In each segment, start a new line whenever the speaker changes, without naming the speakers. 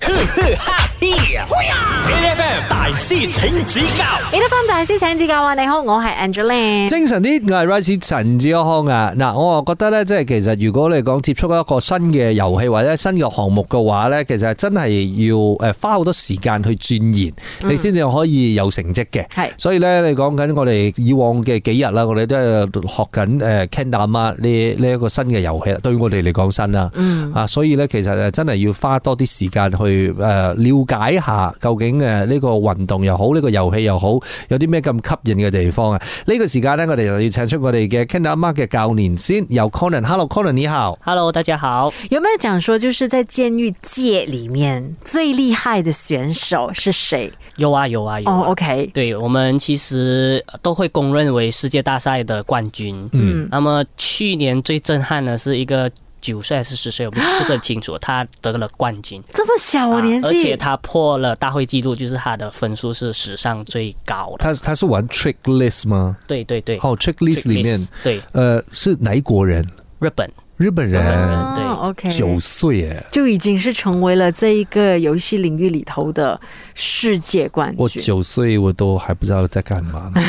哈嘿，A.F.M. 大師請指教
你得翻大師請指教啊！你好，我係 Angeline。
精神啲，我係 Rice 陳志康啊！嗱，我啊覺得咧，即係其實如果你講接觸一個新嘅遊戲或者新嘅項目嘅話咧，其實真係要誒呃花好多時間去鑽研，你先至可以有成績嘅。
係
所以咧，你講緊我哋以往嘅幾日啦，我哋都係學緊誒 Kendama 呃呢呢一個新嘅遊戲啦，對我哋嚟講新啦。
嗯，
啊，所以咧，其實誒真係要花多啲時間去誒、呃了解一下究竟誒呃呢個運動又好，呢、個遊戲又好，有啲咩咁吸引嘅地方啊？呢、個時間咧，我哋就要請出我哋嘅 Canada Mark 嘅教練先，由 Conan，Hello Conan 你好。
Hello，大家好。
有没有讲说就是在监狱界里面最厉害的选手是谁？
有啊，有啊，有啊。
哦，OK，
对我们其实都会公认为世界大赛的冠军。
嗯，
那么去年最震撼的是一个九岁还是十岁，我不不是很清楚，他得了冠军。啊
这么小我啊哦年
而且
纪，
他破了大会纪录，就是他的分数是史上最高
哦
的。
他他是玩 Trick List 吗？
对对对，
哦，Trick List 里面，
对
呃，是哪一国人？
日本
日本
日本
人，
人对
哦，OK，
九岁耶！
就已经是成为了这一个游戏领域里头的世界冠
我
军。
九岁我都还不知道在干嘛呢。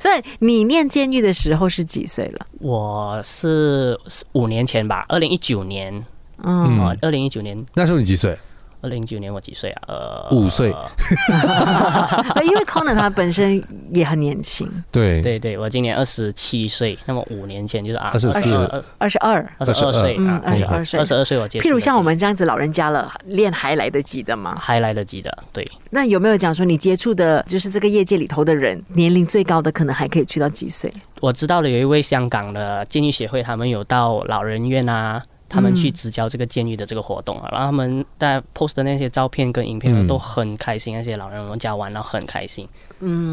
所以你念监狱的时候是几岁了？
我是是五年前吧，二零一九年
嗯，
嗯
啊，二零一九年，
那时候你几岁？
二零一九年我几岁啊？呃，
五岁
因为 Conan 他本身也很年轻，
对，
对对，我今年二十七岁，那么五年前就是啊，
24
二十二。
二十二岁
嗯
啊，
22岁
二十二岁我接触
譬
的
如像
这
我们这样子老人家了，练还来得及的嘛？
还来得及的，对，
那有没有讲说你接触的，就是这个业界里头的人，年龄最高的可能还可以去到几岁？
我知道了有一位香港的监狱协会，他们有到老人院啊。他们去执教这个监狱的这个活动啊，然后他们在 post 的那些照片跟影片呢
嗯
都很开心，那些老人们家玩到很开心。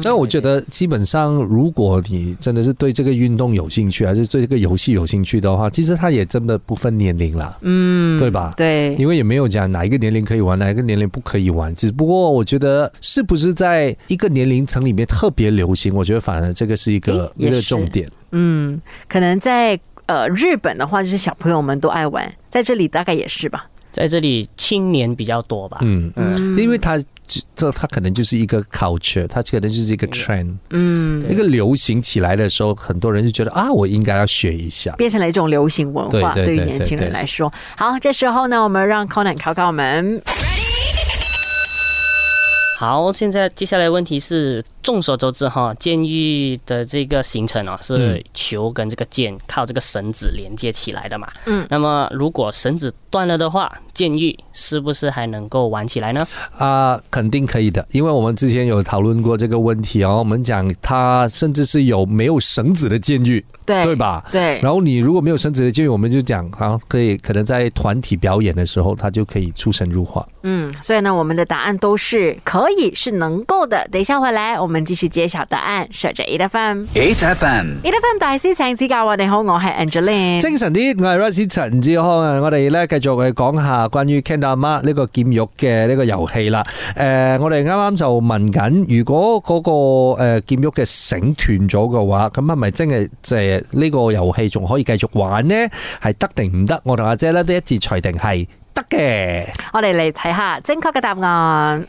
但我觉得，基本上，如果你真的是对这个运动有兴趣，还是对这个游戏有兴趣的话，其实它也真的不分年龄啦，
嗯，
对吧？
对，
因为也没有讲哪一个年龄可以玩，哪一个年龄不可以玩。只不过我觉得，是不是在一个年龄层里面特别流行，我觉得反而这个是一个
诶也
一个
是
重点。
嗯，可能在呃日本的话，就是小朋友们都爱玩，在这里大概也是吧。
在这里青年比较多吧，
嗯，
嗯，
因为它这它可能就是一个 culture，它可能就是一个 trend，
嗯，
对
一个流行起来的时候，很多人就觉得啊，我应该要学一下。
变成了一种流行文化，
对对
对于
对
年轻
对
人
对
来说。好，这时候呢，我们让 Conan 考考我们。
好，现在接下来问题是，众所周知哈，监狱的这个形成哦，
嗯
是球跟这个箭靠这个绳子连接起来的嘛。
嗯。
那么如果绳子断了的话，监狱是不是还能够玩起来呢？
啊、肯定可以的，因为我们之前有讨论过这个问题哦。我们讲它甚至是有没有绳子的监狱，
对
对吧？
对
然后你如果没有绳子的监狱，我们就讲啊，可以可能在团体表演的时候，它就可以出神入化。
嗯，所以呢，我们的答案都是可以，是能够的。等一下回来，我们继续揭晓答案。守着 e f m
，A.F.M.
e f m 大師請指教啊！你好，我係 Angeline。
精神啲，我係 Rice 陳志康啊！我哋咧繼續去講下關於 Canada m a 呢個劍玉嘅呢個遊戲啦。誒、我哋啱啱就問緊，如果嗰、個、呃、劍玉嘅繩斷咗嘅話，咁係咪真係即係呢個遊戲仲可以繼續玩呢？係得定唔得？我同阿姐咧都一致裁定係得嘅。
我哋嚟睇下正確嘅答案。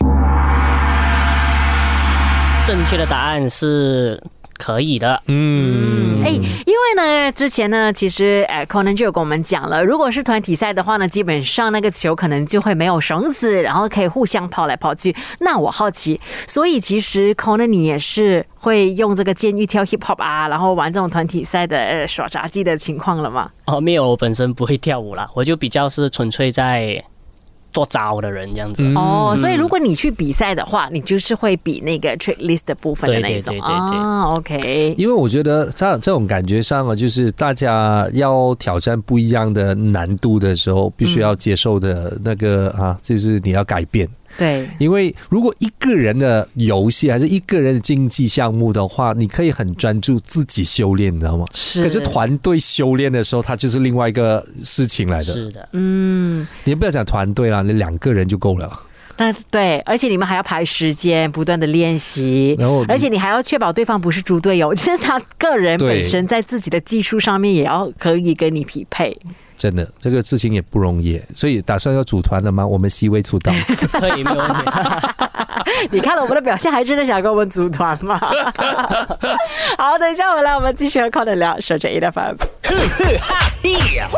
正确的答案是可以的。
嗯
哎、因为呢，之前呢，其实呃 c o n a n 就有跟我们讲了，如果是团体赛的话呢，基本上那个球可能就会没有绳子，然后可以互相抛来抛去。那我好奇，所以其实 Conan 你也是会用这个监狱跳 hip hop 啊，然后玩这种团体赛的、呃、耍杂技的情况了吗？
哦，没有，我本身不会跳舞啦，我就比较是纯粹在做招的人这样子。
嗯
哦，所以如果你去比赛的话，你就是会比那个 trick list 的部分的那一种
对对对对对
啊。OK，
因为我觉得在这种感觉上啊，就是大家要挑战不一样的难度的时候，必须要接受的那个、啊，就是你要改变。
对，
因为如果一个人的游戏还是一个人的竞技项目的话，你可以很专注自己修炼，你知道吗？
是
可是团队修炼的时候，它就是另外一个事情来的。
是的，
嗯，
你不要讲团队啦，你两个人就够了。
那对，而且你们还要排时间，不断的练习。
然后，
而且你还要确保对方不是猪 队友，就是他个人
对
本身在自己的技术上面也要可以跟你匹配。
真的这个事情也不容易，所以打算要组团了吗？我们 C 位 出道，
可以没有问题。
你看了我们的表现，还真的想跟我们组团吗？ 好，等一下回来，我们继续和 Colin 聊，守着 E F M。
A F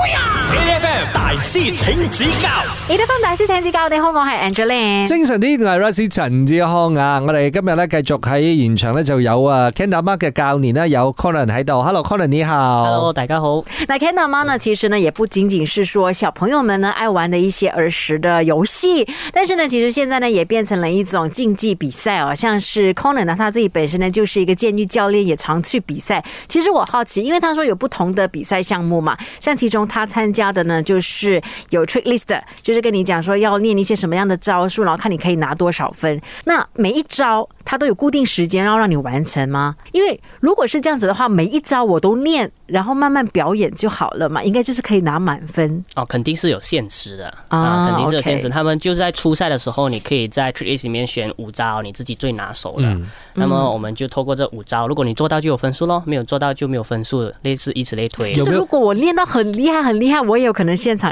M 大师请指教
E F M 大師請指教，你好，我係 Angeline。
精神啲，我系 Rice 陳志康啊！我哋今日咧繼續喺現場咧就有啊 Canada Mark 嘅教練啦，有 Conan 喺度。Hello，Conan 你好。
Hello，大家好。
那 Ken 妈妈呢，其实呢也不仅仅是说小朋友们呢爱玩的一些儿时的游戏，但是呢，其实现在呢也变成了一种竞技比赛哦，像是 Conan 呢他自己本身呢就是一个监狱教练，也常去比赛。其实我好奇，因为他说有不同的比赛项目嘛，像其中他参加的呢就是有 trick list，就是跟你讲说要练一些什么样的招数，然后看你可以拿多少分。那每一招它都有固定时间要让你完成吗？因为如果是这样子的话，每一招我都练，然后慢慢表演就好了嘛，应该就是可以拿满分。
哦，肯定是有限时的
啊
肯定是有限时。
OK
他们就是在初赛的时候，你可以在 t r i c 里面选五招你自己最拿手的，
嗯
那么我们就透过这五招，如果你做到就有分数咯，没有做到就没有分数，类似以此类推。
有
就
没
是如果我练到很厉害很厉害，我也有可能现场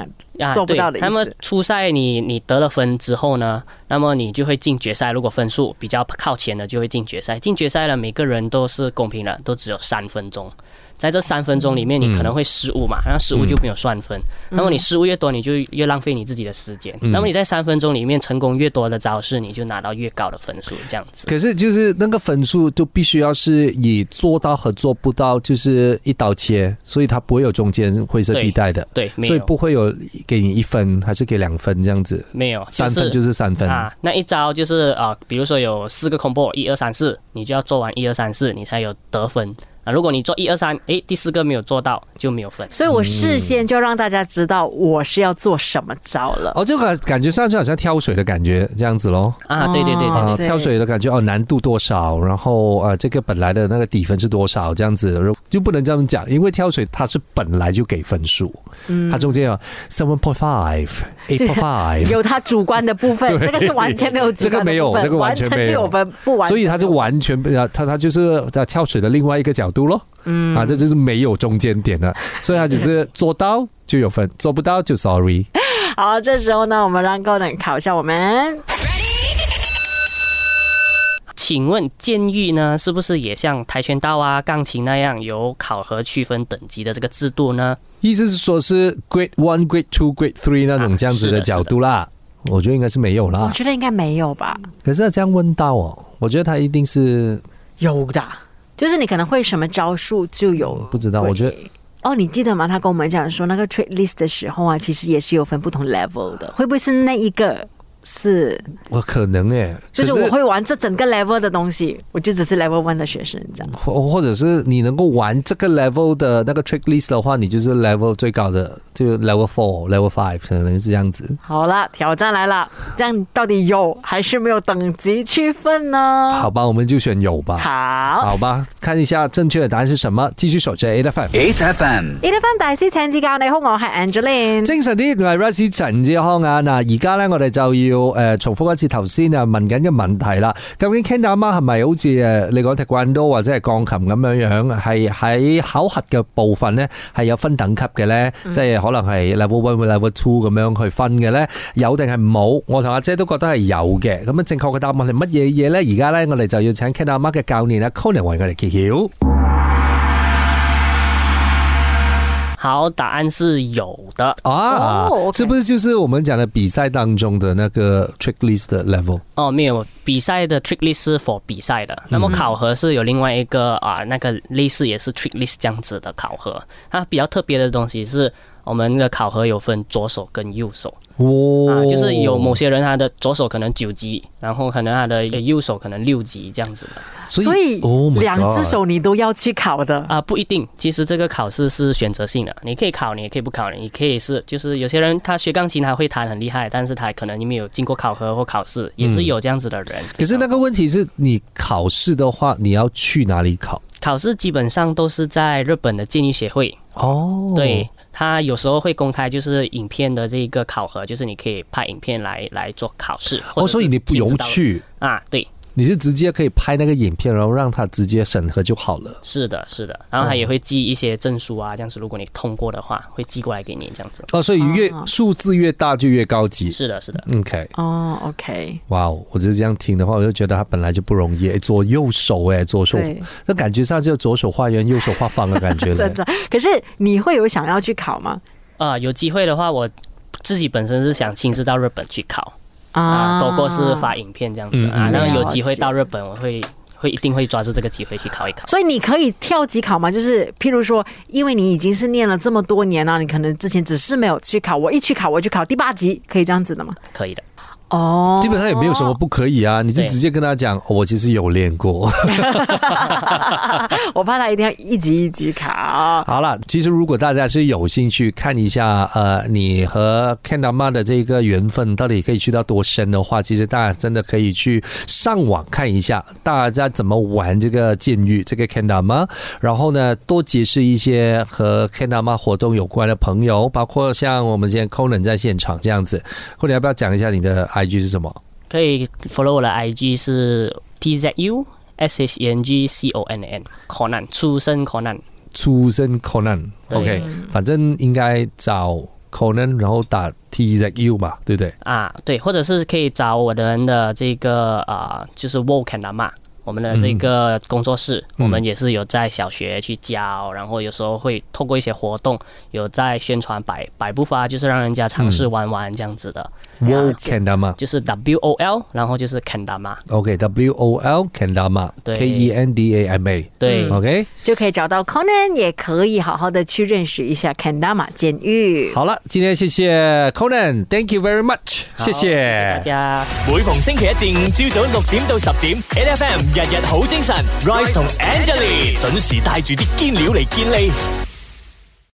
做不
啊对
到的意
他
思。
们初赛你你得了分之后呢，那么你就会进决赛。如果分数比较靠前的，就会进决赛。进决赛了，每个人都是公平的，都只有三分钟。在这三分钟里面，
嗯
你可能会失误嘛，那失误就没有算分。那么你失误越多，你就越浪费你自己的时间。
嗯
那么你在三分钟里面成功越多的招式，你就拿到越高的分数，这样子。
可是就是那个分数就必须要是以做到和做不到就是一刀切，所以它不会有中间灰色地带的，
对，没
所以
有
不会有给你一分还是给两分这样子，
没有，
三分就是三分。
啊，那一招就是啊、呃比如说有四个 combo，一二三四，你就要做完一二三四，你才有得分啊。如果你做一二三，诶，第四个没有做到就没有分。
所以我事先就让大家知道我是要做什么招了。
哦，就感感觉上就好像挑水的感觉这样子咯。
啊，对对对对
哦
对，
啊，
对
跳水的感觉哦，难度多少，然后呃，这个本来的那个底分是多少，这样子如就不能这样讲，因为跳水它是本来就给分数，它中间有 seven point five、eight
这
point five，
有他主观的部分，这个是完全没有主观的部分，
这个没有这个完全没有
完成就有分，不完成
所以它是
就有
完全不它它就是它跳水的另外一个角度咯。嗯，啊，这就是没有中间点的，所以它只是做到就有分，做不到就 sorry。
好。这时候呢，我们让 Golden 考一下我们。
请问监狱呢，是不是也像跆拳道啊、钢琴那样有考核区分等级的这个制度呢？
意思是说是 grade one、grade two、grade three 那种这样子的
啊是的
角度啦，我觉得应该是没有啦
我。觉得应该没有吧？
可是他这样问到哦，我觉得他一定是
有的，就是你可能会什么招数就有。
不知道。我觉得
哦，你记得吗？他跟我们讲说，那个 trick list 的时候啊，其实也是有分不同 level 的，会不会是那一个是？
我可能哎，
就是
可
我会玩这整个 level 的东西，我就只是 level one 的学生这样。
或或者是你能够玩这个 level 的那个 trick list 的话，你就是 level 最高的，就是 level four、level five，可能是这样子。
好了，挑战来了，这样到底有还是没有等级区分呢？
好吧，我们就选有吧。
好
好吧，看一下正确的答案是什么。继续守着 A F M。
，A F M。
E F M 大師請指教，你好，我係 Angeline。
精神啲，我係 Rice 陳志康啊！嗱，而家咧我哋就要誒、呃重複一次頭先啊問緊嘅問題啦。究竟 Ken 阿媽係咪好似誒你講踢慣都或者係鋼琴咁樣樣，係喺考核嘅部分咧係有分等級嘅咧？即係可能係 level one 或 level two 咁樣去分嘅咧，有定係冇？我同阿姐都覺得係有嘅。咁啊，正確嘅答案係乜嘢嘢咧？而家咧我哋就要請 Ken 阿媽嘅教練啊 Conan 為我哋揭曉。
好，答案是有的
哦
啊
，OK
是不是就是我們講的比賽當中的那個 trick list 的 level？
哦，没有比赛的 trick list 是 for 比赛
嗯
的，那么考核是有另外一个啊、那个类似也是 trick list 这样子的考核。它比较特别的东西是我们的考核有分左手跟右手啊、
哦
就是有某些人他的左手可能九级，然后可能他的右手可能六级这样子的
所以
Oh my
两只
God
手你都要去考的。
啊、不一定。其实这个考试是选择性的，你可以考，你也可以不考，你可以是就是有些人他学钢琴他会弹很厉害，但是他可能没有经过考核或考试，也是有这样子的人。
嗯可是那个问题是你考试的话，你要去哪里考？
考试基本上都是在日本的监狱协会，
哦，
对他有时候会公开就是影片的这个考核，就是你可以拍影片来来做考试。或
哦，
者是
所以你不
亲自
用
到
去
啊？对，
你是直接可以拍那个影片，然后让他直接审核就好了。
是的，是的，然后他也会寄一些证书啊，这样子，如果你通过的话，会寄过来给你这样子。
哦，所以越数字越大就越高级。
是的，是的，
OK，
哦，OK，
哇哦，我只是这样听的话，我就觉得他本来就不容易。诶左右手，哎，左手
对，
那感觉上就左手画圆，右手画方的感觉 了。
真的。可是你会有想要去考吗？
啊、有机会的话，我自己本身是想亲自到日本去考啊，多过是发影片这样子
嗯嗯
啊。那有机
了
会
解
到日本，我会会一定会抓住这个机会去考一考。
所以你可以跳级考吗？就是譬如说，因为你已经是念了这么多年了、你可能之前只是没有去考，我一去考我就考第八级，可以这样子的吗？
可以的，
哦，
基本上也没有什么不可以啊，你就直接跟他讲，哦我其实有练过。
我怕他一定要一级一级考。
好了，其实如果大家是有兴趣看一下，呃，你和 Ken 大妈的这个缘分到底可以去到多深的话，其实大家真的可以去上网看一下，大家怎么玩这个监狱，这个 Ken 大妈，然后呢，多结识一些和 Ken 大妈活动有关的朋友，包括像我们今天 Conan 在现场这样子，Conan 要不要讲一下你的 IG 是什么？
可以 follow 我的 IG 是 T Z U S H E N G C O N N Conan 出生 Conan
出身 Conan，OK，、反
嗯
正应该找 Conan，然后打 T Z U 嘛，对不对？
啊，对，或者是可以找我们的这个啊、就是 w o k a n a m a 我们的这个工作室，我们也是有在小学去教，然后有时候会透过一些活动，有在宣传百百步伐，啊就是让人家尝试玩玩这样子的，
Wol
嗯
了
Kendama。
就是 W O L，然后就是 Kendama，
OK，W、O L Kendama
对
K E N D A M A
对，
OK，
就可以找到 Conan，也可以好好的去认识一下 Kendama 监狱。
好了，今天谢谢 Conan，Thank you very much，
好谢大家。
每逢星期一至五朝早六點到十點，N F M 日日好精神，Rise 同 Angelie 準時帶住啲堅料嚟健利。